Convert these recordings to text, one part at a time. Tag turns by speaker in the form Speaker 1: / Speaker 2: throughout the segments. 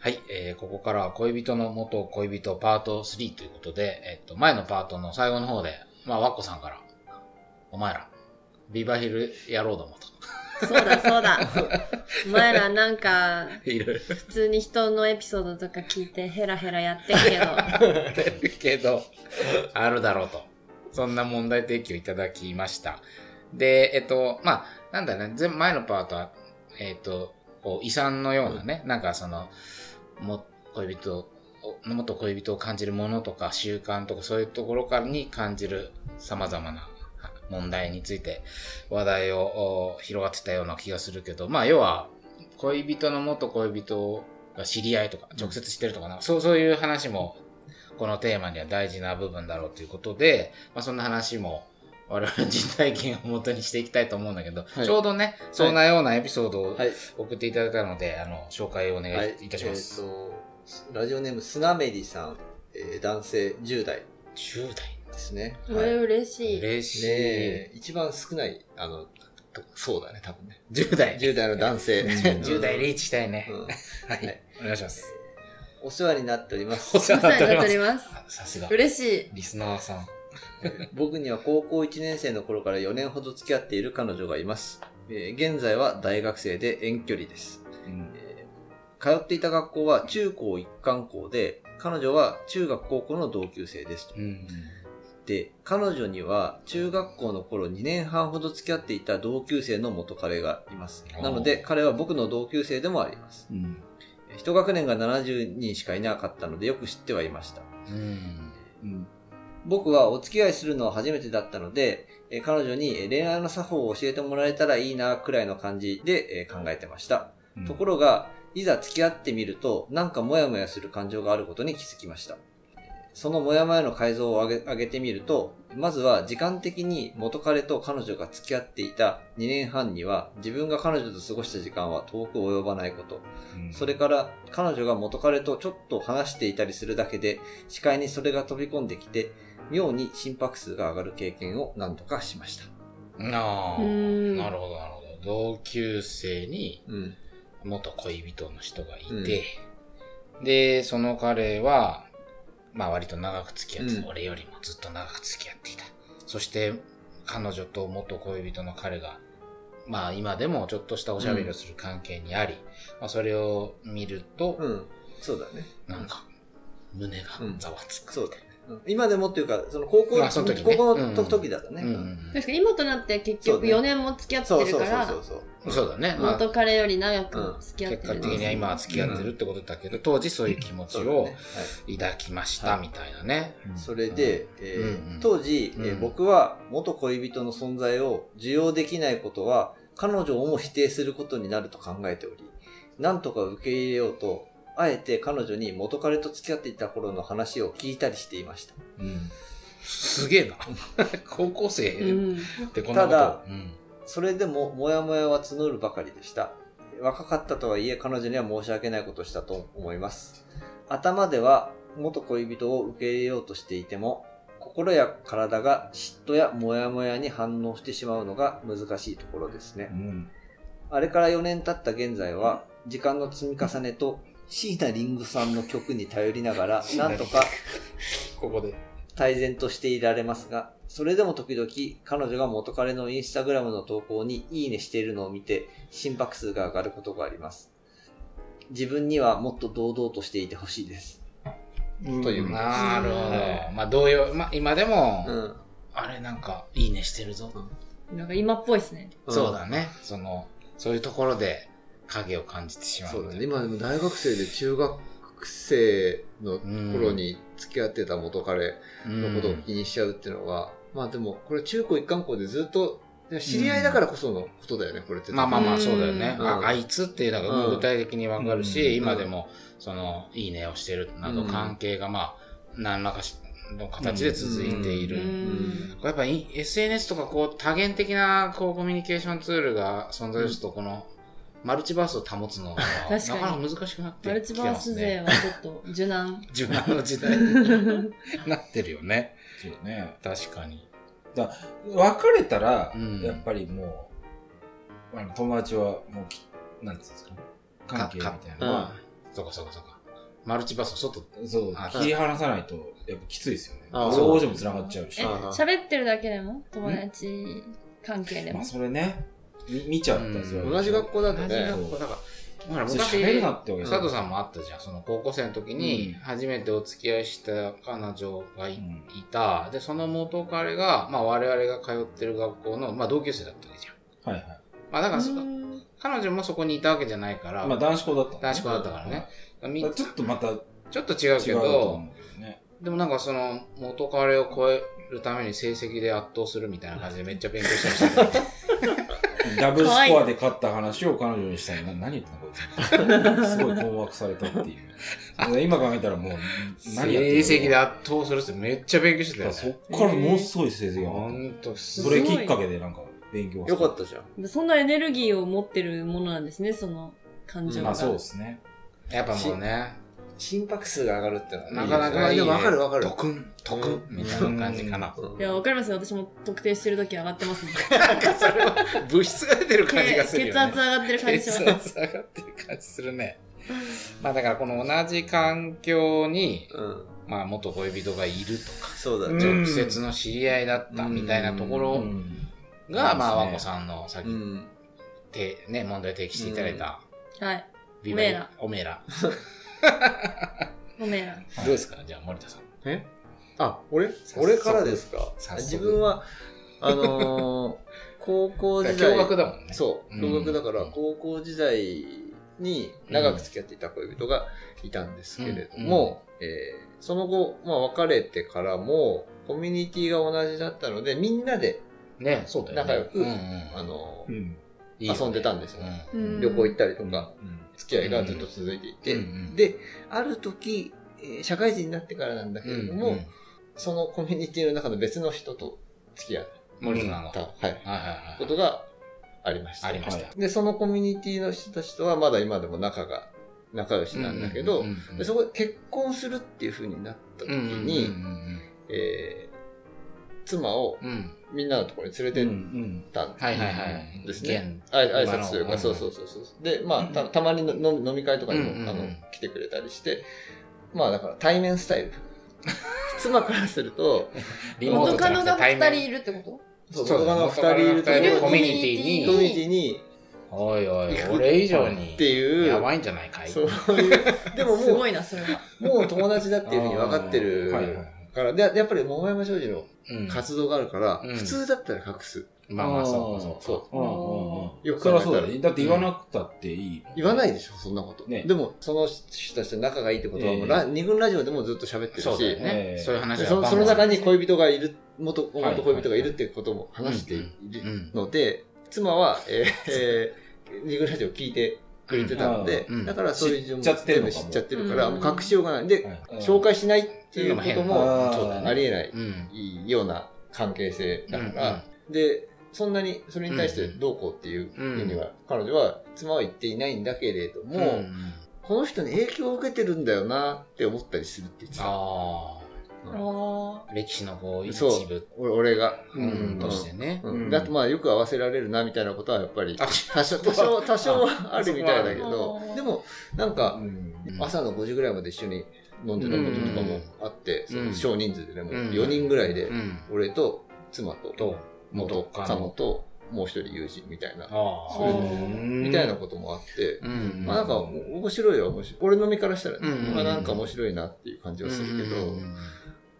Speaker 1: はい、えーここからは恋人の元恋人パート3ということで、えっと、前のパートの最後の方で、まあ、ワッコさんから、お前ら、ビバヒルやろうども
Speaker 2: そうだそうだ。お前らなんか、
Speaker 1: と。いる
Speaker 2: 普通に人のエピソードとか聞いてヘラヘラやってる
Speaker 1: け
Speaker 2: けど、
Speaker 1: ど、あるだろうと。そんな問題提起をいただきました。で、えっと、まあ、なんだろうね、前前のパートは、えっと、こう遺産のようなね、なんかその、も、恋人を、元恋人を感じるものとか習慣とかそういうところからに感じる様々なは問題について話題をお広がってたような気がするけど、まあ要は恋人の元恋人が知り合いとか直接知ってるとかな、そうそういう話もこのテーマには大事な部分だろうということで、まあ、そんな話も我々の実体験を元にしていきたいと思うんだけど、
Speaker 3: はい
Speaker 1: ちょうどね、そんなようなエピソードを
Speaker 3: はい。
Speaker 1: 送っていただいたので、あの、紹介をお願
Speaker 3: はい
Speaker 1: いいたします。
Speaker 3: えーとラジオネーム、スナメリさん、えー男性10代
Speaker 1: 10
Speaker 3: ですね。
Speaker 2: こ
Speaker 3: はい
Speaker 2: れ
Speaker 3: ね
Speaker 2: 嬉しい。
Speaker 1: 嬉しい。
Speaker 3: え一番少ない、あの、とそうだね、多分ね。
Speaker 1: 10代。
Speaker 3: 10代の男性。
Speaker 1: 10代リー
Speaker 3: チ。
Speaker 1: チしたいね
Speaker 3: う。ん
Speaker 1: は
Speaker 3: はいい。
Speaker 1: お願いします。
Speaker 3: お世話になっております
Speaker 1: お。世話
Speaker 2: お
Speaker 1: にな
Speaker 2: 世
Speaker 1: っ
Speaker 2: 話に
Speaker 1: て
Speaker 2: な
Speaker 1: お
Speaker 2: ってお
Speaker 1: り
Speaker 2: り
Speaker 1: ま
Speaker 2: ます。
Speaker 1: す。さすが。
Speaker 2: 嬉しい。
Speaker 1: リスナーさん。
Speaker 3: 僕には高校1年生の頃から4年ほど付き合っている彼女がいます。えー現在は大学生で遠距離です。
Speaker 1: うん
Speaker 3: えー通っていた学校は中高一貫校で、彼女は中学高校の同級生ですと。
Speaker 1: うん。
Speaker 3: で、彼女には中学校の頃2年半ほど付き合っていた同級生の元彼がいます。なので
Speaker 1: おー
Speaker 3: 彼は僕の同級生でもあります。
Speaker 1: うん。
Speaker 3: えー一学年が70人しかいなかったのでよく知ってはいました。
Speaker 1: うん。うん。
Speaker 3: 僕はお付き合いするのは初めてだったので、えー彼女にえー恋愛の作法を教えてもらえたらいいなくらいの感じでえー考えてました。とこ
Speaker 1: ろ、
Speaker 3: ろが、いざ付き合ってみると、なんかモヤモヤする感情があることに気づきました。そのモヤモヤの改造を上げ上げてみると、まずは時間的に元彼と彼女が付き合っていた2年半には、自分が彼女と過ごした時間は遠く及ばないこと、それ
Speaker 1: か
Speaker 3: から彼女が元彼とちょっと話していたりするだけで視界にそれが飛び込んできて妙に心拍数が上がる経験を何度かしました。
Speaker 1: なあ。
Speaker 2: うーん
Speaker 1: なるほど、なるほど。同級生に、
Speaker 3: うん。
Speaker 1: 元恋人の人がいて、で、その彼は、まあ割と長く付き合ってた、
Speaker 3: うん
Speaker 1: 俺よりもずっと長く付き合っていた。そして、彼女と元恋人の彼が、まあ今でもちょっとしたおしゃべりをする関係にあり、まあそれを見ると、
Speaker 3: うん。そうだね。
Speaker 1: なんか、胸がざわつく。
Speaker 3: そうだね。うん今でもっていうか、その高校、
Speaker 1: まあその時ね
Speaker 3: 高校
Speaker 1: う
Speaker 3: の
Speaker 1: ん
Speaker 3: 時時だとね。
Speaker 1: うんうん
Speaker 2: 確かに今となって結
Speaker 3: そう
Speaker 2: 局
Speaker 3: ね
Speaker 2: 4年も付き合
Speaker 3: そ
Speaker 2: っ
Speaker 3: う
Speaker 2: て
Speaker 3: そ
Speaker 2: る
Speaker 3: う
Speaker 2: か
Speaker 3: そう
Speaker 2: ら
Speaker 3: そう、そう。
Speaker 1: うんそうだね。まあ
Speaker 2: 元彼より長く付き合っ
Speaker 1: 結
Speaker 2: て
Speaker 1: 果
Speaker 2: る。
Speaker 1: 的には今は付き合ってるってことだけど、当時そういう気持ち
Speaker 3: そうだ
Speaker 1: を
Speaker 3: ね
Speaker 1: 抱きましたみたいなね。
Speaker 3: はいそれで、えー
Speaker 1: うんうん
Speaker 3: 当時、えー
Speaker 1: うん
Speaker 3: 僕は元恋人の存在を受容できないことは彼女をも否定することになると考えており、なんとか受け入れようと、あえて彼女に元彼と付き合っていた頃の話を聞いたりしていました。
Speaker 1: うん、すげえな 高校生
Speaker 2: うん。
Speaker 1: ってこんなこと
Speaker 3: ただ
Speaker 1: うん
Speaker 3: それでも、モヤモヤは募るばかりでした。若かったとはいえ、彼女には申し訳ないことをしたと思います。頭では、元恋人を受け入れようとしていても、心や体が嫉妬やモヤモヤに反応してしまうのが難しいところですね。あれから4年経った現在は、時間の積み重ねと、椎名林檎さんの曲に頼りながら、なんとか
Speaker 1: ここで
Speaker 3: 泰然としていられますが、それでも時々彼女が元彼のインスタグラムの投稿にいいねしているのを見て心拍数が上がることがあります。自分にはもっと堂々としていてほしいです。という
Speaker 1: なるほど、
Speaker 3: は
Speaker 1: まあ同様、まあ、今でも、
Speaker 3: うん。
Speaker 1: あれなんかいいねしてるぞ、
Speaker 2: なんか今っぽいですね。
Speaker 1: そうだねそのそういうところで影を感じてしまう
Speaker 4: そうだね、今でも大学生で中学生の頃に付き合ってた元彼
Speaker 1: うん
Speaker 4: のことを気にしちゃうっていうのは、まあでもこれ中高一貫校でずっと知り合いだからこそのことだよね、これって。
Speaker 1: まあまあまあそうだよね、
Speaker 4: うん
Speaker 1: ああいつっていうのが
Speaker 4: うん
Speaker 1: 具体的にわかるし、
Speaker 4: うん
Speaker 1: 今でもそのいいねをしてるなど
Speaker 4: うん
Speaker 1: 関係がまあ何らかしの形で続いていうる、
Speaker 2: ん。
Speaker 1: やっぱり SNS とかこう多元的なこうコミュニケーションツールが存在すると、このマルチバースを保つのがな
Speaker 2: 確か
Speaker 1: か
Speaker 2: に
Speaker 1: なか難しくなって
Speaker 2: マルチバース勢
Speaker 1: は
Speaker 2: はちょっと柔軟。
Speaker 1: 自分の時代になってるよね
Speaker 5: そうね。
Speaker 1: 確かに
Speaker 5: 別れたら、
Speaker 1: うん
Speaker 5: やっぱりもう、あの友達はもうき、なんていうんですか、関係みたいなのは、
Speaker 1: そうかそうかそうかマルチバスを外、
Speaker 5: そう
Speaker 1: あ、
Speaker 5: 切り離さないと、やっぱきついですよね。
Speaker 4: あ
Speaker 5: そうじも繋がっちゃうし
Speaker 2: え。
Speaker 4: あー
Speaker 2: 喋ってるだけでも友達関係で
Speaker 5: ま
Speaker 2: も
Speaker 5: あ、それね、み見ちゃったんですよ。
Speaker 1: うん
Speaker 4: 同じ学校なん
Speaker 1: 同
Speaker 4: で
Speaker 1: じ
Speaker 4: ね。
Speaker 1: 学校だから。ほら、
Speaker 5: そう
Speaker 1: 昔、
Speaker 5: 喋るなってわけ
Speaker 1: 佐藤
Speaker 5: ん。
Speaker 1: さんもあったじゃん。その高校生の時に
Speaker 5: うん
Speaker 1: 初めてお付き合いした彼女がい,、
Speaker 5: うん
Speaker 1: た。で、その元彼が、まあ我々が通ってる学校の、まあ同級生だったわけじゃん。
Speaker 5: はいはい。
Speaker 1: まあだからそ、
Speaker 2: うん
Speaker 1: 彼女もそこにいたわけじゃないから、
Speaker 5: まあ、男子校だった。
Speaker 1: 男子校だったからね。み
Speaker 5: はい。ちょっとまた違う
Speaker 1: ちょっと違うけ
Speaker 5: と思
Speaker 1: ど
Speaker 5: うん、だけどね。
Speaker 1: でもなんかその元彼を超えるために成績で圧倒するみたいな感じでめっちゃ勉強したりしてた。
Speaker 5: ダブルスコアで勝った話を彼女にしたら、な何言ってんのこいつ。すごい困惑されたって いう。今考えたらもう、
Speaker 1: 成
Speaker 5: 何やってんの
Speaker 1: 績で圧倒するってめっちゃ勉強してたよ、ね。
Speaker 5: そっからものすごい成績が
Speaker 1: ほ
Speaker 5: 上がっ
Speaker 1: んとす
Speaker 5: た。
Speaker 1: ご
Speaker 5: そ
Speaker 1: い
Speaker 5: れきっかけでなんか勉強が
Speaker 3: よかったじゃん。
Speaker 2: そんなエネルギーを持ってるものなんですねその感情
Speaker 5: ま
Speaker 2: が、
Speaker 5: あそうですね。
Speaker 1: やっぱもうね。
Speaker 3: 心拍数が上がるってのはね
Speaker 1: なかなかいい、
Speaker 4: で
Speaker 1: ね。
Speaker 4: もわかるわかる
Speaker 1: トクン、トクン、みたいな感じかな。
Speaker 3: うん
Speaker 2: いやわかりますよ私も特定してる時上がってますね
Speaker 1: なんか それは物質が出てる感じがす
Speaker 2: 血
Speaker 1: る
Speaker 2: 血
Speaker 1: よね
Speaker 2: 圧。上がってる感じしま す
Speaker 1: 血圧上がってる感じするね。まあだからこの同じ環境に、
Speaker 3: うん。
Speaker 1: まあ元恋人がいるとか、
Speaker 3: そうだ
Speaker 5: う
Speaker 3: ね。
Speaker 5: ん
Speaker 1: 直接の知り合いだったみたいなとこ
Speaker 5: う
Speaker 1: ろ
Speaker 5: ん
Speaker 1: が、まあ
Speaker 5: そう
Speaker 1: 和
Speaker 5: で
Speaker 1: 子
Speaker 5: す
Speaker 1: さんのさっき、
Speaker 3: うん。
Speaker 1: てね、問題提起していただいた、
Speaker 2: はい
Speaker 1: ビバリ
Speaker 2: オメーラ
Speaker 1: オメーラ。
Speaker 2: ごめんな
Speaker 1: どうですかじゃあ森田さん。
Speaker 4: えあ、俺
Speaker 3: 俺からですか
Speaker 1: 早速
Speaker 3: 自分は、あのー高校時代。
Speaker 1: 驚愕だもんね。
Speaker 3: そう、
Speaker 1: うん
Speaker 3: 驚愕だから、高校時代に長く付き合っていた恋人がいたんですけれども、えーその後、まあ別れてからも、コミュニティが同じだったので、みんなで、
Speaker 1: ね、そうだよね。
Speaker 3: 仲良く
Speaker 1: うんうん
Speaker 3: あのー
Speaker 5: うん
Speaker 1: いいよね
Speaker 3: 遊んでたんですよね
Speaker 1: うん
Speaker 2: うん
Speaker 3: 旅行行ったりと
Speaker 5: うん
Speaker 3: か、付き合いがずっと続いていて、
Speaker 1: うんうん
Speaker 3: で、ある時、えー社会人になってからなんだけれども、
Speaker 1: うんうん
Speaker 3: そのコミュニティの中の別の人と付き合っ
Speaker 1: 森田さんの。
Speaker 3: た、
Speaker 1: はい
Speaker 3: はい、
Speaker 1: はいはい。
Speaker 3: ことがありました。
Speaker 1: ありまし
Speaker 5: は
Speaker 1: た。
Speaker 3: で、そのコミュニティの人たちとはまだ今でも仲が、仲良しなんだけ
Speaker 1: う
Speaker 3: ど、
Speaker 1: んうんうんうん
Speaker 3: でそこで結婚するっていう風になった時に、
Speaker 1: うんうん
Speaker 3: えー妻を
Speaker 1: うんうんうん
Speaker 3: みんなのところに連れ
Speaker 5: う
Speaker 3: て
Speaker 5: ん
Speaker 3: っ
Speaker 5: うん
Speaker 3: たん
Speaker 1: はいはいはい。
Speaker 3: ですね。
Speaker 1: 現
Speaker 3: あい挨拶という
Speaker 1: 今の
Speaker 3: か、そうそうそうそう。で、まあ、たたまにの飲飲み会とかにも、
Speaker 1: うんうんうん
Speaker 3: あの来てくれたりして、まあだから対面スタイル。 妻からすると、
Speaker 1: リモー
Speaker 2: 元
Speaker 1: トじゃ
Speaker 2: カ
Speaker 1: な
Speaker 2: ノ
Speaker 1: く
Speaker 2: が
Speaker 1: て対
Speaker 2: 2
Speaker 1: 面
Speaker 2: 人いるってこと
Speaker 3: そう
Speaker 1: そう
Speaker 3: 他の二人いる
Speaker 1: 他
Speaker 3: とこ
Speaker 1: の二人
Speaker 3: ろ
Speaker 1: コ
Speaker 3: コ
Speaker 1: ミ
Speaker 3: ミ
Speaker 1: ュ
Speaker 3: ュ
Speaker 1: ニティ
Speaker 2: コ
Speaker 1: に。
Speaker 2: ミュニ
Speaker 3: ニティに
Speaker 1: おいおい
Speaker 3: 行、く
Speaker 1: 俺以上に
Speaker 3: っ。ていう、
Speaker 1: やばいんじゃないかい
Speaker 3: そういう、でも
Speaker 2: す
Speaker 3: もう
Speaker 2: ごいなそれは
Speaker 3: もう友達だっていうふうに分かってる
Speaker 5: はいはいはい
Speaker 3: から、で、やっぱり桃山商事の
Speaker 1: うん
Speaker 3: 活動があるから、
Speaker 1: うん
Speaker 3: 普通だったら隠す。
Speaker 1: まあまあ、そうかそうか。
Speaker 3: そ
Speaker 5: うんうんうん
Speaker 3: う。よく
Speaker 5: そ
Speaker 3: 考
Speaker 5: れは
Speaker 3: えた
Speaker 5: そう
Speaker 3: ら
Speaker 5: だね。だって言わなくたっていい。
Speaker 3: 言わないでしょ、そんなこと。
Speaker 5: ね
Speaker 3: でも、その人たちと仲がいいってことは、もう
Speaker 5: ええ
Speaker 3: ラ二軍ラジオでもずっと喋ってるし、
Speaker 1: そうだよ
Speaker 5: え
Speaker 1: ね。
Speaker 5: え
Speaker 1: そういう話
Speaker 3: で
Speaker 1: は
Speaker 3: そのその中に恋人がいる、元
Speaker 5: いはい
Speaker 3: 元恋人がいるってことも話してい
Speaker 1: うんう
Speaker 3: る
Speaker 1: ん
Speaker 3: ので、妻は、えーえー二軍ラジオを聞いてくれてたので、
Speaker 1: うんうん
Speaker 3: だからそういう順
Speaker 5: 知っちゃってるのかも
Speaker 3: 知っちゃってるから、
Speaker 2: うん
Speaker 3: もう隠しようがない。で、
Speaker 5: はい
Speaker 3: 紹介しないっていうことも
Speaker 5: あー
Speaker 1: そうだね
Speaker 3: ありえない。
Speaker 1: うん。
Speaker 3: いいような関係性だから、でそんなにそれに対してどうこうっていうふうには、彼女は妻は言っていないんだけれども、
Speaker 1: うんうん
Speaker 3: この人に影響を受けてるんだよなって思ったりするって言ってた
Speaker 1: あ
Speaker 2: あ
Speaker 1: あ、歴史のこう、一
Speaker 3: そう
Speaker 1: 部
Speaker 3: 俺俺が、
Speaker 5: うん
Speaker 1: としてね。
Speaker 3: うん
Speaker 5: うん
Speaker 3: だってまあよく合わせられるなみたいなことはやっぱり
Speaker 1: あ
Speaker 3: 多少多少多少はあるみたいだけど
Speaker 2: あ
Speaker 3: でもなんか
Speaker 1: うん
Speaker 3: 朝の5時ぐらいまで一緒に飲んでたこととかもあって、
Speaker 1: うん
Speaker 3: その少人数でねもう
Speaker 1: うん
Speaker 3: 4人ぐらいで
Speaker 1: うん。
Speaker 3: 俺と妻と
Speaker 1: と、
Speaker 3: 元
Speaker 1: 元
Speaker 3: カ
Speaker 1: カ
Speaker 3: ノ
Speaker 1: ノ。
Speaker 3: ともう一人友人みたいな、
Speaker 1: ああ。
Speaker 3: そう
Speaker 5: うん
Speaker 3: みたいなこともあって、
Speaker 1: うん。
Speaker 3: まあなんかお面白いは面白い。俺の身からしたらね、
Speaker 1: うん
Speaker 3: まあなんか面白いなっていう感じはするけど、
Speaker 1: うんうんうん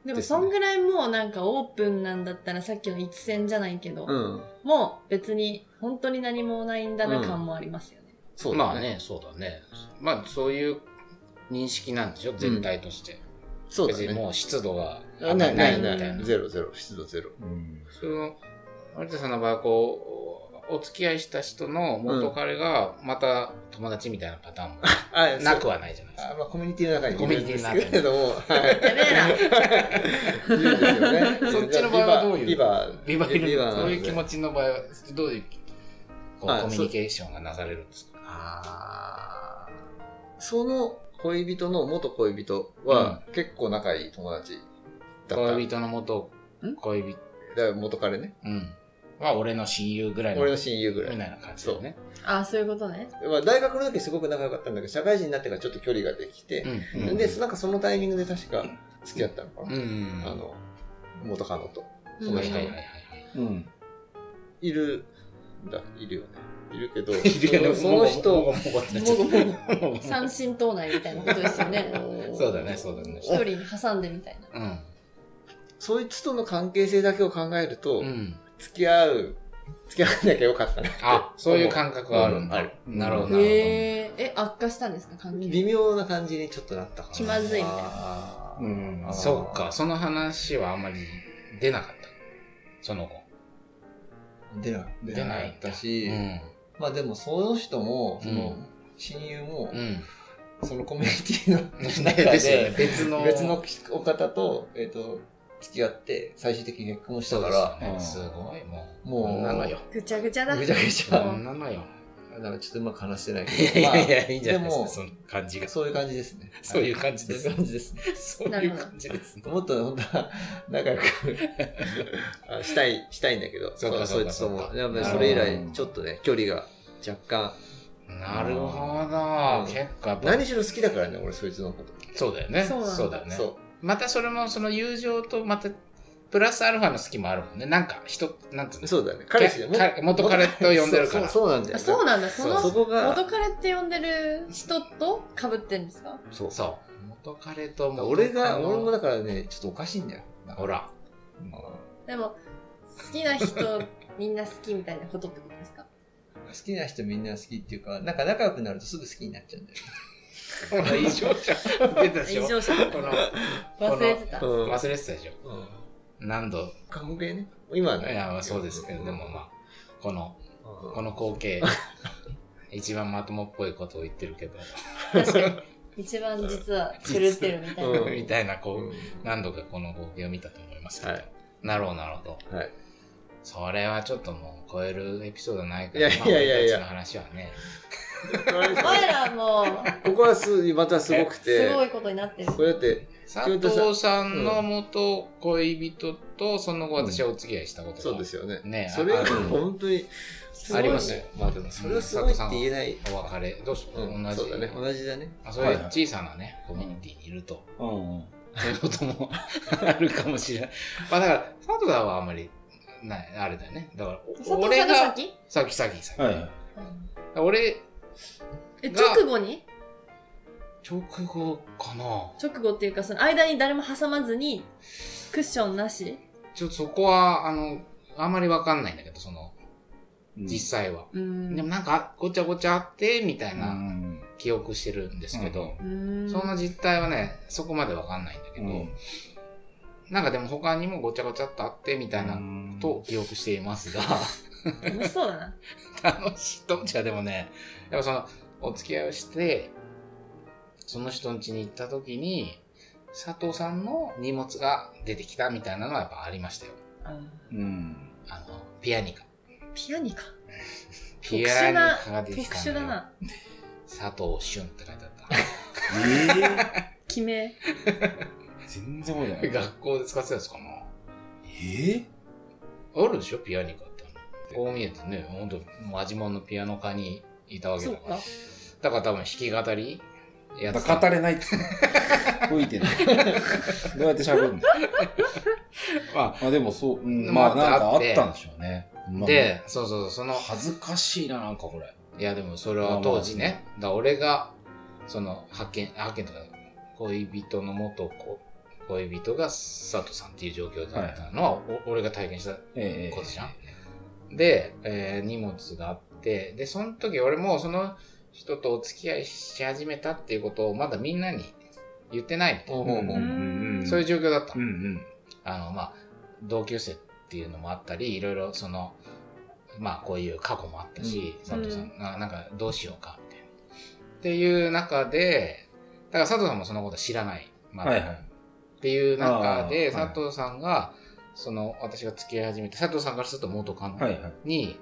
Speaker 2: でもそんぐらいもうなんかオープンなんだったらさっきの一線じゃないけど、
Speaker 3: うん。
Speaker 2: もう別に本当に何もないんだな
Speaker 3: うん
Speaker 2: 感もありますよね、
Speaker 3: そう
Speaker 1: ま
Speaker 3: だ
Speaker 1: あね、そうだね。まあそういう認識なんでしょ、全体として。
Speaker 3: そうだ
Speaker 1: 別に
Speaker 3: ね。
Speaker 1: もう湿度が
Speaker 3: あないない
Speaker 1: みた
Speaker 3: ない
Speaker 1: な。
Speaker 3: い。ゼロゼロ、湿度ゼロ。
Speaker 5: うん
Speaker 1: その、有田さんの場合はこう、お付き合いした人の元彼がまた友達みたいなパターンも
Speaker 3: あそう
Speaker 1: なくはないじゃないです
Speaker 3: あ
Speaker 1: か。
Speaker 3: まあコミュニティの中にいるんですけ
Speaker 1: コミュニティ
Speaker 3: れども、はい。
Speaker 2: やべえな
Speaker 3: 言 うんですよね
Speaker 1: そっちの場合はどういう
Speaker 3: ビバー
Speaker 1: ビバリル
Speaker 3: バーな
Speaker 1: そ
Speaker 3: ん
Speaker 1: う
Speaker 3: で
Speaker 1: いう気持ちの場合は、どういうこ
Speaker 3: あ
Speaker 1: うコミュニケーションがなされるんですか
Speaker 3: あーその恋人の元恋人は、結構仲いい友達だった。
Speaker 1: 恋人の元、恋人、
Speaker 3: だから元彼ね。
Speaker 1: うん。は俺の親友ぐらいの、
Speaker 3: 俺の親友ぐらい
Speaker 1: みたいな感じだよね。
Speaker 2: あ、そういうことね。
Speaker 3: まあ、大学の時すごく仲良かったんだけど社会人になってからちょっと距離ができて、
Speaker 1: うんうん
Speaker 3: でなんかそのタイミングで確か付き合ったのか
Speaker 1: う
Speaker 3: な、
Speaker 1: んうん。
Speaker 3: あの元カノと
Speaker 2: う
Speaker 3: そ
Speaker 2: ん
Speaker 3: の
Speaker 1: はい
Speaker 3: 人
Speaker 1: は
Speaker 3: も
Speaker 1: いはいはい。
Speaker 5: うん。
Speaker 3: いるんだいるよねいるけど
Speaker 1: いるよね
Speaker 3: その人
Speaker 1: もごもごもごってな っちゃった
Speaker 2: 三神党内みたいなことですよね。
Speaker 1: そうだね、そうだね。
Speaker 2: 一人に挟んでみたいな。
Speaker 1: うん。
Speaker 3: そいつとの関係性だけを考えると、
Speaker 1: うん。
Speaker 3: 付き合う付き合わなきゃよかったね
Speaker 1: あ、そういう感覚はあるんだ。
Speaker 3: うんある
Speaker 1: なるほど、なる
Speaker 2: へえ。え、悪化したんですか関係。
Speaker 3: 微妙な感じにちょっとなったかな
Speaker 2: 気まずいみたいな
Speaker 3: あ
Speaker 5: う
Speaker 3: ー
Speaker 5: ん
Speaker 1: ほど。。そうか、その話はあんまり出なかった。その後。
Speaker 3: 出な出
Speaker 1: 出
Speaker 3: な
Speaker 1: ない
Speaker 3: かったし、
Speaker 1: うん。
Speaker 3: まあでもその人もそ
Speaker 1: う
Speaker 3: の
Speaker 1: ん
Speaker 3: 親友も、
Speaker 1: うん。
Speaker 3: そのコミュニティの
Speaker 1: ね
Speaker 3: 中で
Speaker 1: ですよね。別の。
Speaker 3: 別のお方と,、えー、と付き合って最終的に結婚したか
Speaker 1: そう
Speaker 3: ら
Speaker 1: ですよね
Speaker 5: うん
Speaker 1: すごい、もう。
Speaker 3: もう
Speaker 1: こんなのよ。
Speaker 2: ぐちゃぐちゃだ。
Speaker 3: ぐちゃぐち
Speaker 1: こ
Speaker 3: ゃ、
Speaker 2: うん
Speaker 1: なのよ。
Speaker 3: なんかちょっとうまく話してな
Speaker 1: い
Speaker 3: い
Speaker 1: や
Speaker 3: け
Speaker 1: い
Speaker 3: ど、まあ
Speaker 1: やいや、いいんじゃないですか、
Speaker 3: でも
Speaker 1: その感じが。
Speaker 3: そういう感じですね
Speaker 1: そういう
Speaker 3: は
Speaker 1: 感じ
Speaker 3: そう
Speaker 1: で
Speaker 3: いう
Speaker 1: す。
Speaker 3: 感じですね
Speaker 1: そういう感じですね。
Speaker 3: もっと本当は仲良くあしたいしたいんだけど
Speaker 1: そうか
Speaker 3: そ
Speaker 1: そう
Speaker 3: い
Speaker 1: か
Speaker 3: つと
Speaker 1: そう
Speaker 3: も
Speaker 1: か
Speaker 3: やっぱりそれ以来ちょっとね距離が若干
Speaker 1: なるほど。
Speaker 3: うん
Speaker 1: 結構やっぱ
Speaker 3: 何しろ好きだからね俺そいつのこと、
Speaker 1: そうだよね。
Speaker 2: そうなんだ
Speaker 1: そうだよね。
Speaker 3: そ
Speaker 1: またそれもその友情とまたプラスアルファの好きもあるもんね。なんか人、なんつう
Speaker 3: う
Speaker 1: の
Speaker 3: そうだね彼氏でも
Speaker 1: か元彼と呼んでるから。
Speaker 3: そうそうそうなんだよ
Speaker 2: あそうなんだ。そ
Speaker 3: そ
Speaker 2: の
Speaker 3: こが
Speaker 2: 元彼って呼んでる人と被ってるんですか
Speaker 3: そう
Speaker 1: そう元彼と元
Speaker 3: 俺
Speaker 1: 彼
Speaker 3: が
Speaker 1: の
Speaker 3: 俺もだからねちょっとおかしいんだよ
Speaker 1: ほら。
Speaker 3: まあ好
Speaker 2: でも、好きな人、みんな好きみたいなことってことですか
Speaker 3: きな人みんな好きっていうかなんか仲良くなるとすぐ好きになっちゃうんだよ
Speaker 1: ほら、異常者。出たでしょ
Speaker 2: 異常者
Speaker 1: この
Speaker 2: 忘れてた。
Speaker 3: う
Speaker 2: うん
Speaker 1: 忘れてたでしょ
Speaker 3: うん
Speaker 1: 何度。
Speaker 3: 関係ね今はいね
Speaker 1: や、まあそうですけど、でもまあ、この、この光 景。一番まともっぽいことを言ってるけど、
Speaker 2: 確かに。一番実は狂ってるみたいな。
Speaker 3: うん
Speaker 1: みたいな、
Speaker 3: う
Speaker 1: こ
Speaker 3: ん
Speaker 1: う、何度かこの光景を見たと思いますけど。
Speaker 3: はい
Speaker 1: なるほど、なるほど。
Speaker 3: はい
Speaker 1: それはちょっともう超えるエピソードないか
Speaker 3: いや
Speaker 1: ら、
Speaker 3: いやいやいや
Speaker 1: まあ俺たちの話はね。
Speaker 2: お前らもう、
Speaker 3: ここはすまたすごくて
Speaker 2: すごいことになってる。
Speaker 3: これだって
Speaker 1: 佐藤さんの元恋人と、その後私はお付き合いしたことが、
Speaker 3: そうですよね
Speaker 1: ね
Speaker 3: それ
Speaker 1: あ
Speaker 3: が
Speaker 1: る
Speaker 3: 本当にすごい
Speaker 1: あ
Speaker 3: ね
Speaker 1: りますよ
Speaker 3: まあでもそれはすごいって言えない
Speaker 1: お別れ。どうしよう、
Speaker 3: うん
Speaker 1: 同じ。
Speaker 3: そうだね同じだね
Speaker 1: あそういう小さなね、コミュニティにいると、
Speaker 5: うんうん。
Speaker 1: そういうこともあるかもしれない。まあだから、佐藤さんはあんまり、ない、あれだよね。だから、
Speaker 2: 佐藤さ
Speaker 1: 俺
Speaker 2: ん
Speaker 1: が、
Speaker 2: が先
Speaker 1: 先先先。
Speaker 5: はいはい。
Speaker 2: うん
Speaker 1: 俺、
Speaker 2: え、
Speaker 1: が
Speaker 2: 直後に
Speaker 1: 直後かな
Speaker 2: 直後っていうか、その間に誰も挟まずに、クッションなし
Speaker 1: ちょっとそこは、あの、あんまりわかんないんだけど、その、実際は。
Speaker 2: うーん。
Speaker 1: でもなんか、ごちゃごちゃあって、みたい
Speaker 5: うん
Speaker 1: な記憶してるんですけど、
Speaker 2: うーん
Speaker 1: その実態はね、そこまでわかんないんだけ
Speaker 5: う
Speaker 1: ど、
Speaker 5: ん
Speaker 1: なんかでも他にもごちゃごちゃっとあって、みたいなことを記憶しています が、
Speaker 2: 楽しそうだな。
Speaker 1: 楽しいどっちかでもね、やっぱその、お付き合いをして、その人ん家に行った時に、佐藤さんの荷物が出てきたみたいなのはやっぱありましたよ。
Speaker 5: うん。
Speaker 1: あの、ピアニカ。
Speaker 2: ピアニカ。
Speaker 1: ピアニカが出
Speaker 2: 特
Speaker 1: てきた
Speaker 2: 殊
Speaker 1: んだ
Speaker 2: だ
Speaker 1: よ
Speaker 2: な。
Speaker 1: 佐藤俊って書いてあった。
Speaker 5: ええ。
Speaker 2: 決め。
Speaker 5: 全然覚え てない。
Speaker 1: 学校で使ってたやつかな
Speaker 5: ええ
Speaker 1: あるでしょピアニカってこう見えてねほんとマジモンのピアノ科にいたわけ
Speaker 2: そ
Speaker 1: だ
Speaker 2: う
Speaker 1: から
Speaker 2: か。
Speaker 1: だから多分弾き語りや
Speaker 5: だ
Speaker 1: つ
Speaker 5: から語れないっつ うの。吹いてない。どうやって喋るの
Speaker 1: ま
Speaker 5: あ、でもそう、うん
Speaker 1: ま
Speaker 5: ま
Speaker 1: あ
Speaker 5: あ、なんかあ
Speaker 1: あ
Speaker 5: っ
Speaker 1: って
Speaker 5: たんでしょうね。ま
Speaker 1: あ
Speaker 5: あ
Speaker 1: でそうそうそうその
Speaker 5: 恥ずかしいな、なんかこれ。
Speaker 1: いやでもそれは当時ねだから俺がその派遣派遣とか恋人の元子恋人が佐藤さんっていう状況だったのは、お俺が体験した
Speaker 5: え
Speaker 1: ことじゃん。で、えー荷物があって、で、その時俺もその人とお付き合いし始めたっていうことをまだみんなに言ってないみたい
Speaker 3: うんうん
Speaker 5: う
Speaker 3: うんん
Speaker 5: うんうん。
Speaker 1: な、そういう
Speaker 5: う。
Speaker 1: 状況だった
Speaker 5: う。ん
Speaker 1: あの、まあ、同級生っていうのもあったり、いろいろその、まあ、こういう過去もあったし、佐藤さん、ななんかどうしようか、みたいな。っていう中で、だから佐藤さんもそのこと知らない。ま
Speaker 5: う
Speaker 1: だ
Speaker 5: ん。はいはい。
Speaker 1: っていう中で、
Speaker 5: あーはい
Speaker 1: 佐藤さんが、その、私が付き合い始めて、佐藤さんからすると元カノ
Speaker 5: はいはい。
Speaker 1: に、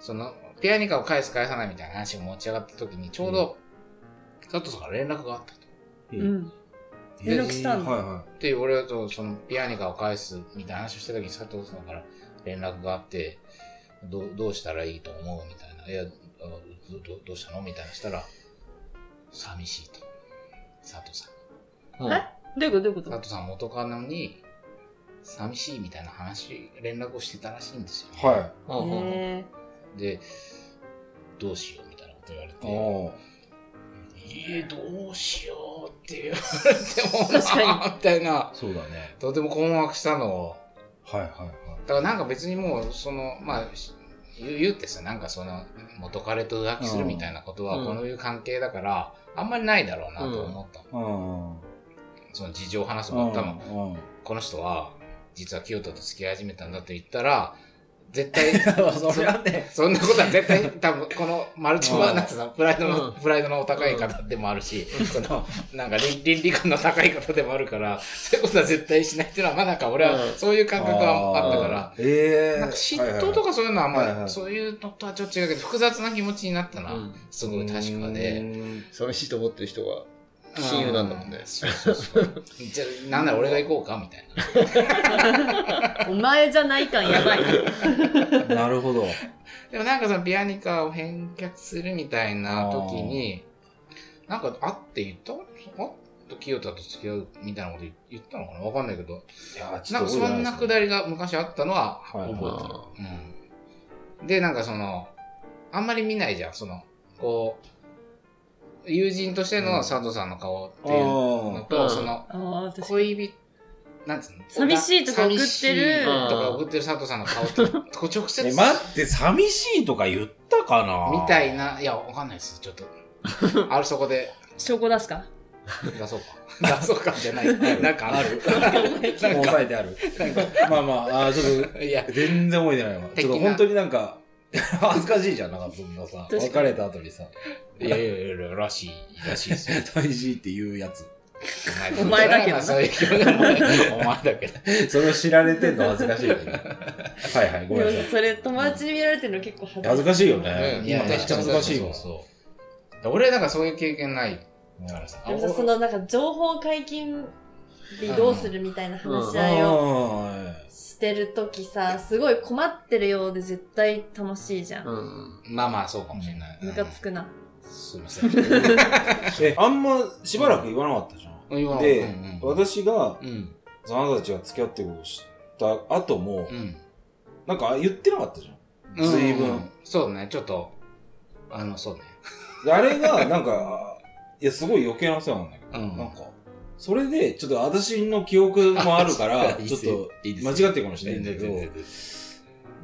Speaker 1: その、ピアニカを返す返さないみたいな話が持ち上がった時に、ちょうど、佐藤さんから連絡があったと。
Speaker 2: う
Speaker 5: う
Speaker 2: ん。連絡したんだ
Speaker 5: はいは
Speaker 1: で、俺とそのピアニカを返すみたいな話をした時に佐藤さんから連絡があって、どうどうしたらいいと思うみたいな。いや、あどどどうしたのみたいなしたら、寂しいと。佐藤さん。
Speaker 2: どういうことどういうこ
Speaker 1: 佐
Speaker 2: と
Speaker 1: 藤さん元カノに、寂しいみたいな話、連絡をしてたらしいんですよ、
Speaker 5: は
Speaker 3: うんうんうん
Speaker 2: へ
Speaker 1: で、どうしようみたいなこと言われ
Speaker 5: い。
Speaker 1: て、
Speaker 5: お
Speaker 1: えー、どうしようって言われてもな、
Speaker 2: 確か
Speaker 1: みたいな、
Speaker 5: そうだね。
Speaker 1: とても困惑したのを、
Speaker 5: はいはいはい。
Speaker 1: だからなんか別にもう、その、まあ、し言う言うってさ、なんかその、元彼と浮気するみたいなことは、
Speaker 3: うん
Speaker 1: こういう関係だから、あんまりないだろうなと思った。
Speaker 5: うん。
Speaker 1: その事情を話すも、多分、
Speaker 5: 分。うん。
Speaker 1: この人は、実は清人と付き合い始めたんだと言ったら、絶対、
Speaker 3: そりゃね、
Speaker 1: そんなことは絶対、多分、このマルチバーナーさん、プライドの、
Speaker 3: うん
Speaker 1: プライドのお高い方でもあるし、その、なんか倫倫理観の高い方でもあるから、そういうことは絶対しないっていうのは、まあなんか俺は
Speaker 3: うん、
Speaker 1: そういう感覚はあったから、。
Speaker 5: ええ。
Speaker 1: なんか嫉妬とかそういうのはあんまり、
Speaker 5: はいはい
Speaker 1: そういうのとはちょっと違うけど、複雑な気持ちになったな、
Speaker 3: うん
Speaker 1: すごい確かで。
Speaker 4: 寂しいと思ってる人が親友なんだもんね
Speaker 1: うそうそうそう。じゃあ、なんなら俺が行こうかみたいな。
Speaker 2: ーお前じゃない感やば いな。
Speaker 5: なるほど。
Speaker 1: でもなんかそのビアニカを返却するみたいな時に、なんか、あって言ったあと清田と付き合うみたいなこと言ったのかなわかんないけど、
Speaker 5: いや
Speaker 1: なんかそんなくだ
Speaker 5: り。
Speaker 1: りが昔あったのは覚
Speaker 5: はい
Speaker 1: えてる。
Speaker 3: ま
Speaker 1: うん、で、なんかその、あんまり見ないじゃん、その、こう、友人としての佐藤さんの顔っていうのと、
Speaker 3: うん
Speaker 1: その、
Speaker 2: ああ、確かに。
Speaker 1: 恋人、なんつうの
Speaker 2: 寂しいとか送って
Speaker 1: 寂
Speaker 2: る
Speaker 1: しいとか送ってる佐藤さんの顔 と、こう直接、
Speaker 5: え、待って、寂しいとか言ったかな
Speaker 1: みたい。な、いや、わかんないです、ちょっと。 あるそこで
Speaker 2: 証拠出すか
Speaker 1: 出そう か。出そうかじゃない。なんかある。
Speaker 5: もう抑えてある。 まあまあ、あーちょっ
Speaker 1: いや、
Speaker 5: と、全然覚えてないわ。
Speaker 1: 的
Speaker 5: ち
Speaker 1: な
Speaker 5: ょっと本当になんか、 恥ずかしいじゃん、なんかそんなさ、
Speaker 2: 確かに
Speaker 5: 別れた後にさ、
Speaker 1: いやいやいやいや、らしい、らしいです よ。
Speaker 5: 寂しいっていうやつ。
Speaker 2: お前だけどな
Speaker 1: そういう表現もお前だけど。
Speaker 5: それを知られてんの恥ずかしいよ ね。はいはい、ごめんなさい。
Speaker 2: それ友達に見られてるの結構恥
Speaker 5: 恥ずかしいよ
Speaker 1: う
Speaker 5: ね。
Speaker 1: ん
Speaker 5: 今めっちゃ恥ずかしい
Speaker 1: そ
Speaker 5: わ
Speaker 1: う。そうそう俺なんかそういう経験ないからさ
Speaker 2: でもさそのなんか情報解禁でどうするみたいな話し合いを
Speaker 5: う
Speaker 2: してるときさ、すごい困ってるようで絶対楽しいじゃん。
Speaker 3: うん。
Speaker 1: まあまあそうかもしれない、
Speaker 2: ムカつくな。
Speaker 1: うんすいませんうん
Speaker 5: んえ、あんましばらく言わなかったじゃん。
Speaker 1: 今の
Speaker 5: で
Speaker 1: うんうん
Speaker 5: 私が、
Speaker 1: うん
Speaker 5: あなたたちが付き合ってることを知った後も
Speaker 1: う、ん
Speaker 5: なんか言ってなかったじゃん。随
Speaker 1: う
Speaker 5: 分
Speaker 1: ん。そうねちょっとあのそうね
Speaker 5: であれが、なんか、いや、すごい余計な世話なんだけ
Speaker 1: う
Speaker 5: ど、なん
Speaker 1: ん
Speaker 5: か、それで、ちょっと私の記憶もあるか ら、ちょっと、間違ってるかもしれないんだけど、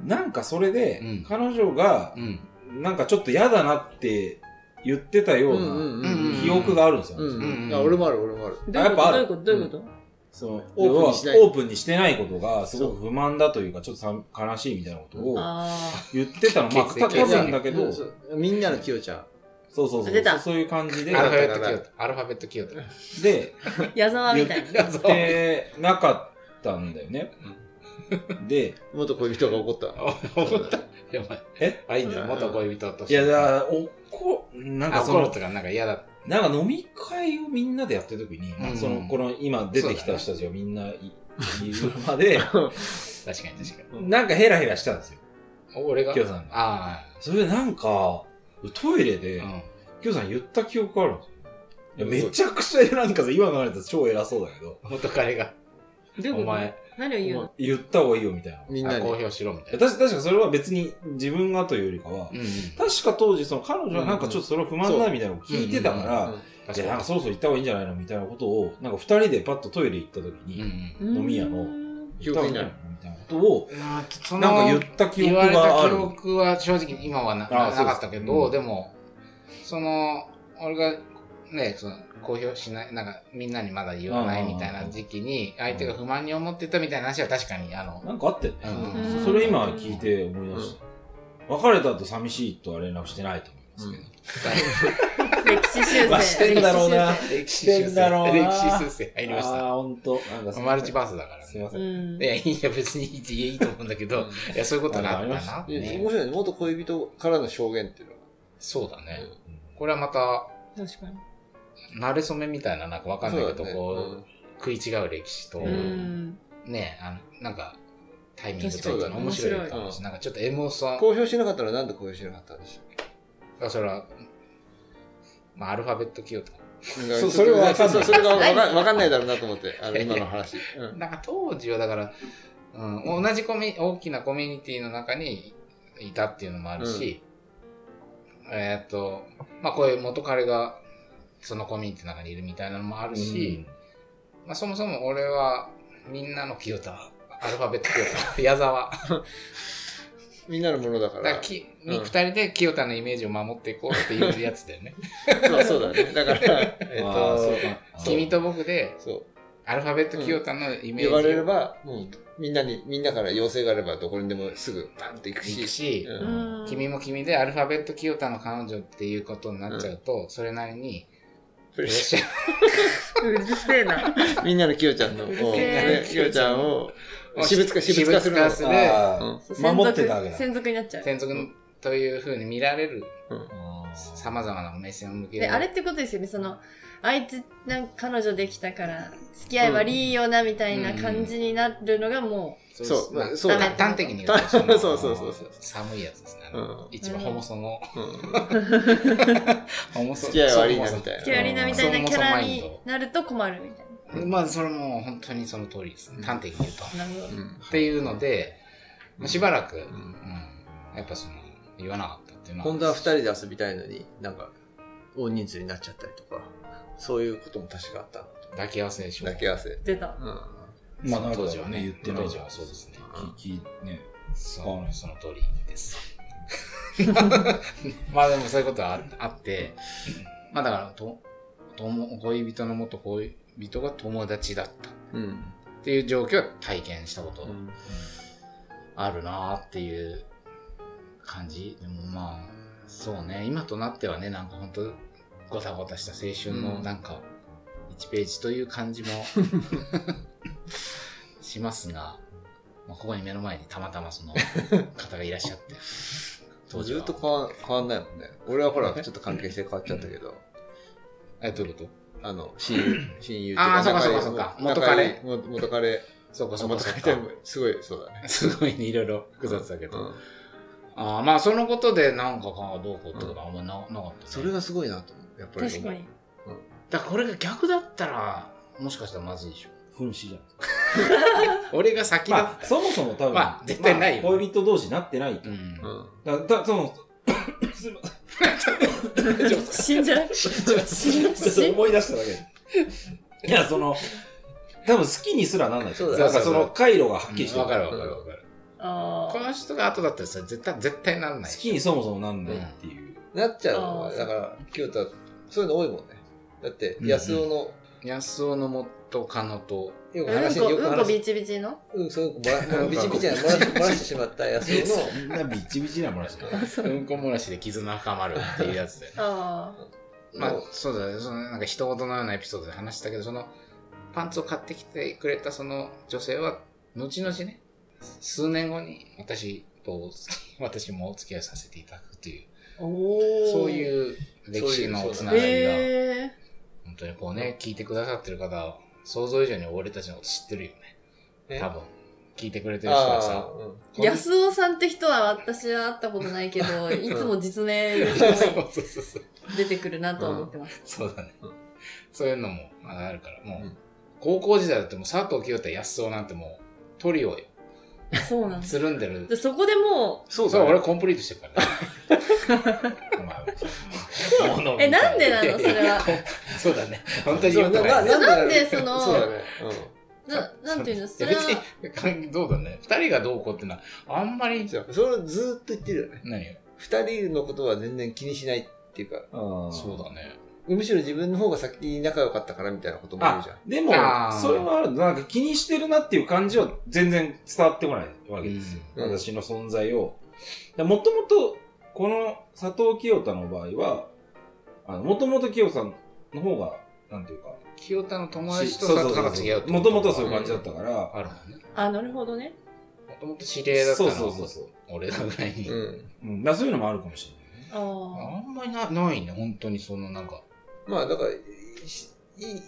Speaker 5: なんかそれで、
Speaker 1: うん
Speaker 5: 彼女が
Speaker 1: う、ん
Speaker 5: なんかちょっと嫌だなって言ってたよ
Speaker 4: う
Speaker 5: うん
Speaker 4: う
Speaker 5: なん
Speaker 4: うん
Speaker 5: 記憶があるんですよ。
Speaker 4: うん
Speaker 1: うん
Speaker 4: いや俺もある俺もある
Speaker 2: どういうこ
Speaker 5: やっぱ
Speaker 2: と
Speaker 5: あ
Speaker 2: どうい
Speaker 5: る
Speaker 2: うことどういうこと、
Speaker 5: その
Speaker 4: オープン
Speaker 5: 要は
Speaker 4: にしない
Speaker 5: オープンにしてないことが、すごく不満だというか、ちょっとさ悲しいみたいなことを
Speaker 2: あ
Speaker 5: 言ってたの。まあ、
Speaker 1: 血
Speaker 5: た
Speaker 1: 液
Speaker 5: 多分だけど、
Speaker 4: うん
Speaker 5: そう
Speaker 4: そうみんなのキヨちゃん
Speaker 5: そうそうそう
Speaker 2: 出た
Speaker 5: そういう感じで
Speaker 1: ア、ルファベ
Speaker 4: だか
Speaker 1: ット
Speaker 4: ら
Speaker 1: 清田アルファベット清田
Speaker 5: で、
Speaker 2: あ、矢沢みたいな。
Speaker 5: 言ってなかったんだよね。で、
Speaker 4: 元恋人が怒った
Speaker 1: あ思った やばい
Speaker 5: え
Speaker 1: あいいんだよ元恋人とし
Speaker 5: い
Speaker 1: て
Speaker 5: や、だから、おこ、なん
Speaker 1: あ
Speaker 5: かそ
Speaker 1: 怒る
Speaker 5: の
Speaker 1: と、かなんか嫌だ
Speaker 5: なんか飲み会をみんなでやってる時に、
Speaker 1: うん
Speaker 5: その、この今出てきた人たちがみんないいるまで、
Speaker 1: 確かに確か
Speaker 5: なんかヘラヘラしたんですよ、
Speaker 1: に俺が
Speaker 5: きょうさんが。
Speaker 1: あ
Speaker 5: それでなんか、トイレで、
Speaker 1: あうん
Speaker 5: きょうさん言った記憶あるんですよ。いやめちゃくちゃなんかさ、今のれたら超偉そうだけど、
Speaker 1: 元彼が
Speaker 2: どういう
Speaker 1: お
Speaker 2: こと
Speaker 1: 前
Speaker 2: 何を言うの
Speaker 5: 言った方がいいよみたいな。
Speaker 4: みん
Speaker 1: あ
Speaker 4: な
Speaker 1: 公
Speaker 4: に
Speaker 1: 表しろみたい
Speaker 5: 確
Speaker 1: な
Speaker 5: か確かそれは別に自分がというよりかは
Speaker 1: う、んうん
Speaker 5: 確か当時、その彼女はなんかちょっとそれを不満だみたいなのを聞いてたか
Speaker 4: う
Speaker 5: ら
Speaker 4: ん、
Speaker 5: いや、なんか
Speaker 1: そ
Speaker 5: そろそろ行った方がいいんじゃないのみたいなことを、なんか二人でパッとトイレ行った時
Speaker 1: うんう
Speaker 5: に、
Speaker 1: ん
Speaker 5: 飲み屋の
Speaker 2: うん
Speaker 5: 行った方がいいんじゃないのみたいなことを、
Speaker 1: なんか
Speaker 5: なんか言った記憶
Speaker 1: 言われ
Speaker 5: が
Speaker 1: た
Speaker 5: あ
Speaker 1: 記
Speaker 5: る。
Speaker 1: 憶は正直今はな
Speaker 5: あ
Speaker 1: な
Speaker 5: そうです
Speaker 1: なかったけど、
Speaker 5: うん
Speaker 1: でも、その、俺がね、その公表しない、なんかみんなにまだ言わないみたいな時期に、相手が不満に思ってたみたいな話は確かに、あの、
Speaker 5: なんかあったよね。
Speaker 1: うん
Speaker 5: それ今聞いて思い出した。別れた後寂しいとは連絡してないと思いますけど。
Speaker 2: 歴史修
Speaker 5: まあ
Speaker 2: 正。
Speaker 5: してんだろうな
Speaker 2: 歴史
Speaker 1: 歴
Speaker 5: してんだろうな
Speaker 1: 歴史修正入りまし
Speaker 5: ああ、ほんと。なんか
Speaker 1: た。マルチバースだから
Speaker 5: すいま
Speaker 2: 修正
Speaker 5: せん。
Speaker 2: うん
Speaker 1: い。や、いいや、別にいいいいと思うんだけど、いや、そういうことがあったな。
Speaker 4: で
Speaker 1: ね
Speaker 4: 面白いね元恋人からの証言っていうの
Speaker 1: そうだね。
Speaker 4: は
Speaker 1: これはまた、
Speaker 2: 確かに。
Speaker 1: 慣れ初めみたいな、なんかわかんないけど、
Speaker 4: そうだね
Speaker 1: こう、食い違う歴史と、
Speaker 2: うん。
Speaker 1: ねあのなんかタイミングというか
Speaker 3: 確かに
Speaker 1: 面白いか
Speaker 3: 面
Speaker 1: も
Speaker 3: 白
Speaker 1: し
Speaker 3: い
Speaker 1: なんかちょっとエモさ
Speaker 3: 公表しなかったらなんで公表しなかったんでしょ
Speaker 1: だから、まあ、アルファベット起用とか。
Speaker 3: う
Speaker 5: そそれはわかんない
Speaker 3: そうそれがわかんわかんないだろうなと思って、あの、今の話。うん
Speaker 1: なんか当時はだから、うん、同じコミ大きなコミュニティの中にいたっていうのもあるし、えーっと、まあこういう元彼がそのコミュニティの中にいるみたいなのもあるし、まあそもそも俺はみんなの清田、アルファベット清田、矢 沢。
Speaker 3: みんなのものだか
Speaker 1: だから
Speaker 3: ら。
Speaker 1: き、
Speaker 3: うん
Speaker 1: 二人で清田のイメージを守っていこうっていうやつだよね。
Speaker 3: そうそうだね。だから、えっ
Speaker 5: あーそう
Speaker 3: と、
Speaker 5: か
Speaker 1: 君と僕で
Speaker 3: そ
Speaker 1: アルファベット清田のイ
Speaker 3: う。
Speaker 1: メージ
Speaker 3: 呼ばれれ
Speaker 1: を
Speaker 3: ば、もう、みんなに、みんなから要請があれば、どこにでもすぐバンって行く
Speaker 1: 行く
Speaker 3: し。
Speaker 1: し、
Speaker 3: うん
Speaker 2: うん
Speaker 1: 君も君でアルファベット清田の彼女っていうことになっちゃうと、それなりに
Speaker 3: プレッシャー
Speaker 2: うるせえな。
Speaker 3: みんなのキヨちゃんの、を
Speaker 2: うる せえ
Speaker 3: ね、キヨちゃんを、私物化、私
Speaker 1: 私
Speaker 3: 物化す
Speaker 1: 物
Speaker 3: るの
Speaker 1: 化。する
Speaker 5: あー
Speaker 3: うん
Speaker 5: 守ってたわけだ
Speaker 2: 専属になっちゃう。
Speaker 1: 専属というふうに見られる
Speaker 5: あー
Speaker 1: さまざまな目線を向け
Speaker 2: で
Speaker 1: る
Speaker 2: あれってことですよねそのあいつなんか彼女できたから付き合い悪いよなみたいな感じになるのがも
Speaker 1: そう
Speaker 3: そう
Speaker 1: まあ
Speaker 3: そう
Speaker 1: だ端的に言うと
Speaker 3: そう
Speaker 1: の
Speaker 3: そうそうそう
Speaker 1: 寒いやつですね、
Speaker 3: うん
Speaker 1: 一番ホモソの、
Speaker 3: うん
Speaker 1: ホモソ
Speaker 3: 付き合い悪いなみたいな
Speaker 2: う付き合い悪いなみたいなキャラになると困るみたい
Speaker 1: なまあそれも本当にその通りです、
Speaker 3: うん
Speaker 1: 端的に言うと、
Speaker 2: な。なるほど。
Speaker 1: っていうので、まあしばらく、うん
Speaker 3: ん
Speaker 1: やっぱその言わなかったっていうの
Speaker 3: 本当は二人で遊びたいのに、なんか、大人数になっちゃったりとか、そういうことも確かあったの。
Speaker 1: 抱き合わせでしょ
Speaker 3: 抱き合わせ。
Speaker 2: 出た。
Speaker 3: うん。
Speaker 5: ま
Speaker 1: そ
Speaker 5: あな
Speaker 1: の
Speaker 5: んか
Speaker 1: 当時はね
Speaker 5: 言ってない
Speaker 1: 当
Speaker 5: じ
Speaker 1: 時
Speaker 5: ゃん
Speaker 1: はそうですね
Speaker 5: 聞きね
Speaker 1: そ
Speaker 5: そうう
Speaker 1: その通りです。 まあでもそういうことはああって、まあだからと友恋人の元恋人が友達だったっ
Speaker 3: うん。
Speaker 1: ていう状況は体験したことあるなーっていう感じ。でもまあ、そうね、今となってはね、なんか本当ごたごたした青春
Speaker 3: う
Speaker 1: の
Speaker 3: ん
Speaker 1: なんか1ページという感 じもしますが、まあ、ここに目の前にたまたまその方がいらっしゃって、当時
Speaker 3: ず
Speaker 1: は
Speaker 3: っと変わ変わんないもんね。俺はほら、ちょっと関係性変わっちゃったけど、
Speaker 1: え、どういうこと
Speaker 3: あの、親友、親友
Speaker 1: あー
Speaker 3: 仲良い
Speaker 1: そうかそうかそうか
Speaker 3: 仲
Speaker 1: 元
Speaker 3: 良いも元彼。
Speaker 1: そうか、そうか
Speaker 3: 元
Speaker 1: そう
Speaker 3: 彼っ
Speaker 1: か
Speaker 3: て、すごい、そうだね。
Speaker 1: すごいね、いろいろ複雑だけど。
Speaker 3: うん
Speaker 1: ああまあ、そのことで、なんか、どうこうってことはあんまななかった、ね。
Speaker 3: それがすごいなと思う。やっぱり。
Speaker 2: 確かに。
Speaker 1: だからこれが逆だったら、もしかしたらまずいでしょ。
Speaker 5: 紛失じゃん
Speaker 1: 俺が先だ
Speaker 5: ま
Speaker 1: っ
Speaker 5: あ
Speaker 1: た。
Speaker 5: そもそも多分
Speaker 1: まあ絶対ないよ
Speaker 5: まあ恋人同士になってないと
Speaker 1: うん
Speaker 3: う。ん。
Speaker 5: だからたそのすいま
Speaker 2: 死んじゃう。死んじゃう。
Speaker 5: せんちょっと思い出しただけ いやその多分好きにすらなんない
Speaker 3: そうだ
Speaker 5: だからその回路がはっきりして
Speaker 1: わかる
Speaker 5: 好
Speaker 1: わかるわかる。
Speaker 2: あ
Speaker 1: こ
Speaker 2: あ。
Speaker 1: の人が後だったらさ、絶対、絶対ならないでしょ。
Speaker 5: きにそもそもなんないっていう
Speaker 3: なっちゃうのは
Speaker 2: あー
Speaker 3: だから清田そういうの多いもんねだって
Speaker 1: うんうん
Speaker 3: 安尾の、
Speaker 1: 安尾の元カノと、
Speaker 3: よく
Speaker 2: うん
Speaker 3: 話
Speaker 2: こ、
Speaker 3: よく
Speaker 2: うんこ
Speaker 3: 話
Speaker 2: ビチビチの
Speaker 3: うんそうも ら
Speaker 1: うんこ
Speaker 3: ビチビチや漏らし漏らしてしまった安尾の
Speaker 5: そんなビチビチなもらしい
Speaker 1: うんこ漏らしで絆深まるっていうやつで。
Speaker 2: ああ。
Speaker 1: まあ、そうだね。その、なんか、人事のようなエピソードで話したけど、その、パンツを買ってきてくれたその女性は、後々ね、数年後に私とお付き、私もお付き合いさせていただくという、
Speaker 2: おお。
Speaker 1: そう
Speaker 2: う。
Speaker 1: いう歴史のつながりが、
Speaker 2: へえ。
Speaker 1: 本当にこうね、聞いてくださってる方は、想像以上に俺たちのこと知ってるよね。
Speaker 3: ね
Speaker 1: 多分。聞いてくれてる人は
Speaker 3: あ
Speaker 1: さ、
Speaker 3: ー、うん
Speaker 1: こん
Speaker 2: 安尾さんって人は私は会ったことないけど、 いつも実名で
Speaker 1: そうそうそうそう。
Speaker 2: 出てくるなと思ってます。
Speaker 1: そうだね
Speaker 3: うん。
Speaker 1: そういうのもあるから、も
Speaker 3: う、
Speaker 1: うん高校時代だってもう佐藤清太安尾なんてもう、トリオよ。
Speaker 2: そうなんで
Speaker 1: つ
Speaker 2: す。
Speaker 1: るんでる
Speaker 2: で。そこでもう、
Speaker 3: そう
Speaker 1: そ
Speaker 3: だ
Speaker 1: れ
Speaker 3: ね
Speaker 1: 俺コンプリートしてるからね。 お前は
Speaker 2: えなんでなのそれは。
Speaker 1: そうだね。本当に
Speaker 3: そ
Speaker 1: 言
Speaker 3: う
Speaker 1: うと
Speaker 3: な
Speaker 1: ね。
Speaker 3: んで
Speaker 2: なんでその
Speaker 3: そうだね、
Speaker 2: ななんていうのそ
Speaker 1: いや
Speaker 2: れ
Speaker 1: 別
Speaker 2: は
Speaker 1: に、関係どうだね。二人がどうこうってのは、あんま
Speaker 3: う
Speaker 1: り
Speaker 3: ん、じ、ゃあそれをずーっと言ってるよね
Speaker 1: 何よ。
Speaker 3: 二人のことは全然気にしないっていうか
Speaker 1: そうだね。
Speaker 3: むしろ自分の方が先に仲良かったからみたいなこともある
Speaker 5: あ
Speaker 3: じゃん、
Speaker 5: でも
Speaker 1: あー、
Speaker 5: それはある。なんか気にしてるなっていう感じは全然伝わってこないわけですよ。
Speaker 3: うんうん
Speaker 5: 私の存在を。もともと、この佐藤清太の場合は、あの、もともと清さんの方が、なんていうか、
Speaker 1: 清田の友達と
Speaker 5: し
Speaker 1: 佐藤さんが違うって
Speaker 5: もともとはそう
Speaker 1: そ
Speaker 5: いう感じだったから、
Speaker 1: あるもんね。
Speaker 2: あ、なるほどね。
Speaker 1: もともと知り合いだった
Speaker 5: そ
Speaker 1: の
Speaker 5: う
Speaker 1: は
Speaker 5: そうそうそう。
Speaker 1: 俺らぐらいに。
Speaker 3: うん、
Speaker 5: うん、だからそういうのもあるかもしれないね。
Speaker 2: ああ。
Speaker 1: あんまりなないね、本当にそのなんか。
Speaker 3: まあだからいい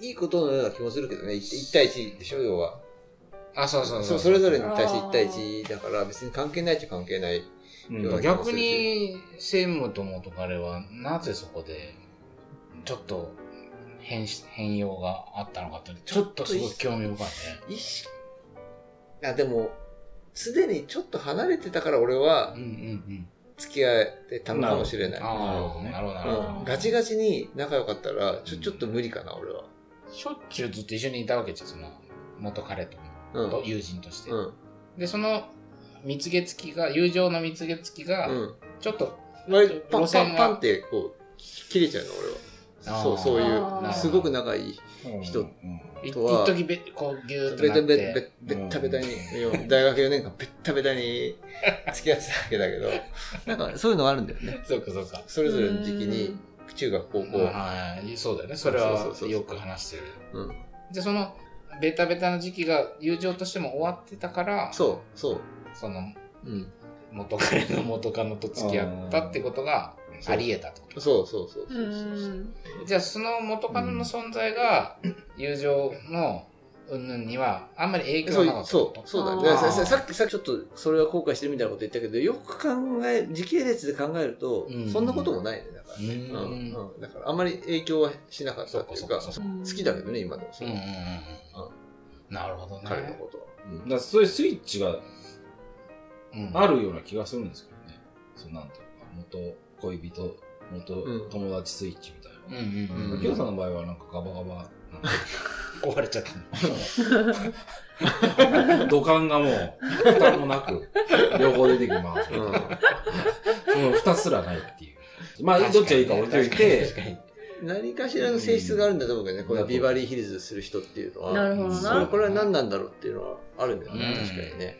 Speaker 3: いいいことのような気もするけどねい一対一でしょ要は
Speaker 1: あ、そうそう
Speaker 3: そ
Speaker 1: そうう。
Speaker 3: それぞれに対して1対1だから別に関係ないっちゃ関係ない
Speaker 5: うん
Speaker 1: 逆に、専務と元彼は、なぜそこで、ちょっと変し、変容があったのかって、ちょっとすごい興味深いね。
Speaker 3: 意識あでもすでにちょっと離れてたから俺は
Speaker 1: うんうん
Speaker 3: 付き合えてたのかもしれ
Speaker 1: う
Speaker 3: ない
Speaker 1: ん。ああ、なるほど、なるほど。
Speaker 3: うんガチガチに仲良かったらちょちょっと無理かな俺は
Speaker 1: しょっちゅうずっと一緒にいたわけじゃん、その、元彼と、
Speaker 3: うん
Speaker 1: と友人として。
Speaker 3: うん
Speaker 1: で、その、蜜月期が、友情の蜜月期が、
Speaker 3: うん
Speaker 1: ちょっと、
Speaker 3: 割とパン
Speaker 1: 路
Speaker 3: パ
Speaker 1: 線
Speaker 3: ン
Speaker 1: が
Speaker 3: パンってこう切れちゃうの俺
Speaker 1: あ
Speaker 3: は
Speaker 1: ー
Speaker 3: そうそうい
Speaker 2: あ
Speaker 3: う
Speaker 2: ー
Speaker 3: すごく仲いい人
Speaker 5: うんうん
Speaker 1: い一
Speaker 3: とは
Speaker 1: 時べ、こう、ぎゅーっと
Speaker 3: ベ
Speaker 1: な
Speaker 3: タ
Speaker 1: っ
Speaker 3: ベタ
Speaker 1: て。
Speaker 3: ベタベタに、大学4年間ベタベタに付き合ってたわけ だけどなんかそういうのがあるんだよね
Speaker 1: そうか、そうか。
Speaker 3: それぞれの時期に中学高校
Speaker 1: はい、そうだよね。それは
Speaker 3: そうそうそうそう
Speaker 1: よく話してる。
Speaker 3: うん
Speaker 1: で、その、ベタベタの時期が友情としても終わってたから、
Speaker 3: そうそ
Speaker 1: その、
Speaker 3: ううん
Speaker 1: 元彼の元カノと付き合ったってことが
Speaker 3: そう
Speaker 1: あり得たってこと。
Speaker 3: そうそうそうそう
Speaker 2: う。
Speaker 3: そうそうん
Speaker 1: じゃあ、その元カノの存在が、友情の云々には、あんまり影響
Speaker 3: そ
Speaker 1: がなかった
Speaker 3: う
Speaker 1: って
Speaker 3: そ
Speaker 1: こと
Speaker 3: うそうだね
Speaker 2: あー
Speaker 3: だからささっきさっきちょっとそれは後悔してるみたいなこと言ったけどよく考え時系列で考えると
Speaker 1: うん
Speaker 3: そんなこともないねだから、
Speaker 1: う
Speaker 3: うんん
Speaker 1: うんうんうん
Speaker 3: うんだからあんまり影響はしなかったっていうか
Speaker 1: そうかそうか
Speaker 3: 好
Speaker 1: そ
Speaker 2: 好
Speaker 3: きだけどね今でもそうの
Speaker 1: んうんなるほどね。
Speaker 3: 彼のことは、うん
Speaker 5: だからそういうスイッチが
Speaker 1: うん
Speaker 5: あるような気がするんですけどね。そうなんていうか、元恋人、元友達スイッチみたい
Speaker 1: うん
Speaker 5: な。
Speaker 1: うん
Speaker 3: う
Speaker 1: うんん。
Speaker 5: キヨさんの場合はなんかガバガバなんか
Speaker 1: 壊れちゃった。
Speaker 5: 土管がもう、負担もなく、両方出てきます。
Speaker 3: うん
Speaker 5: その蓋すらないっていう。まあ、
Speaker 1: 確か
Speaker 5: ど
Speaker 1: に
Speaker 5: っちがいいか置いといて
Speaker 1: 確、かに
Speaker 3: 何かしらの性質があるんだと思うけどね、このビバリーヒルズする人っていうのは
Speaker 2: なるほど
Speaker 3: それ
Speaker 2: な。
Speaker 3: これは何なんだろうっていうのはあるんだよね、
Speaker 1: うん
Speaker 3: 確かにね、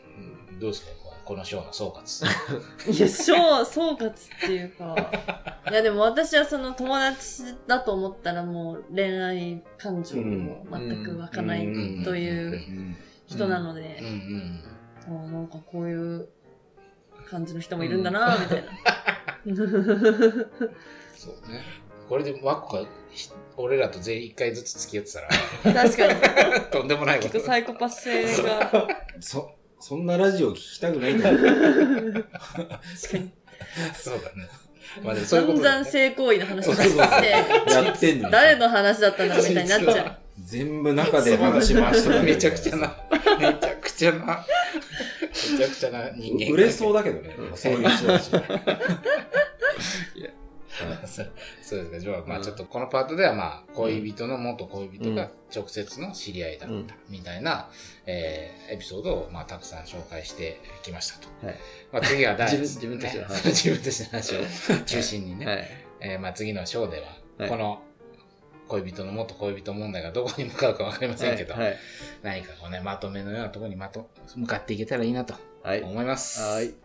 Speaker 1: どうですかこのショーの総括。
Speaker 2: いや、そう、総括っていうか。いや、でも私はその友達だと思ったらもう恋愛感情も全く湧かないという
Speaker 5: うん
Speaker 2: 人なの
Speaker 1: うんう
Speaker 2: で、
Speaker 1: ん。
Speaker 2: あなんかこういう感じの人もいるんだな、みたいな。
Speaker 1: そうね。これでワッコがひ俺らと全員一回ずつ付き合って
Speaker 2: 確かに、
Speaker 1: たら、とんでもないこ
Speaker 2: 結
Speaker 1: と
Speaker 2: 構。サイコパス性が。確
Speaker 5: そ、そんなラジオ聞きたくない んだよ。
Speaker 2: かに。
Speaker 1: そうだね。まあでもそういうこと
Speaker 2: 散
Speaker 1: だよ
Speaker 2: 々
Speaker 1: ね。
Speaker 2: 性行為の話をして、
Speaker 5: やってんのに
Speaker 2: 誰の話だったんだろうみたいになっちゃう。
Speaker 5: 全部中で話しま したね
Speaker 1: めちゃくちゃな。、めちゃくちゃな、めちゃくちゃな人間
Speaker 5: 売れそう
Speaker 1: だ。
Speaker 5: だけどね、そういう人たち。
Speaker 1: そうそうですか。じゃあ、まあちょっとこのパートでは、まあ、恋人の元恋人
Speaker 3: う
Speaker 1: が直接の知り合いだった、みたいな、えーエピソードを、まあ、たくさん紹介してきましたと。
Speaker 3: はい
Speaker 1: まあ次は第
Speaker 3: 自分自分たちの話
Speaker 1: 自分たちの話を中心にね、
Speaker 3: はい
Speaker 1: えーまあ、次のショーでは、
Speaker 3: はい
Speaker 1: この恋人の元恋人問題がどこに向かうかわかりませんけど、
Speaker 3: はい
Speaker 1: 何かこうね、まとめのようなところにまと向かっていけたらいいなと
Speaker 3: はい、はい
Speaker 1: 思います。
Speaker 3: はい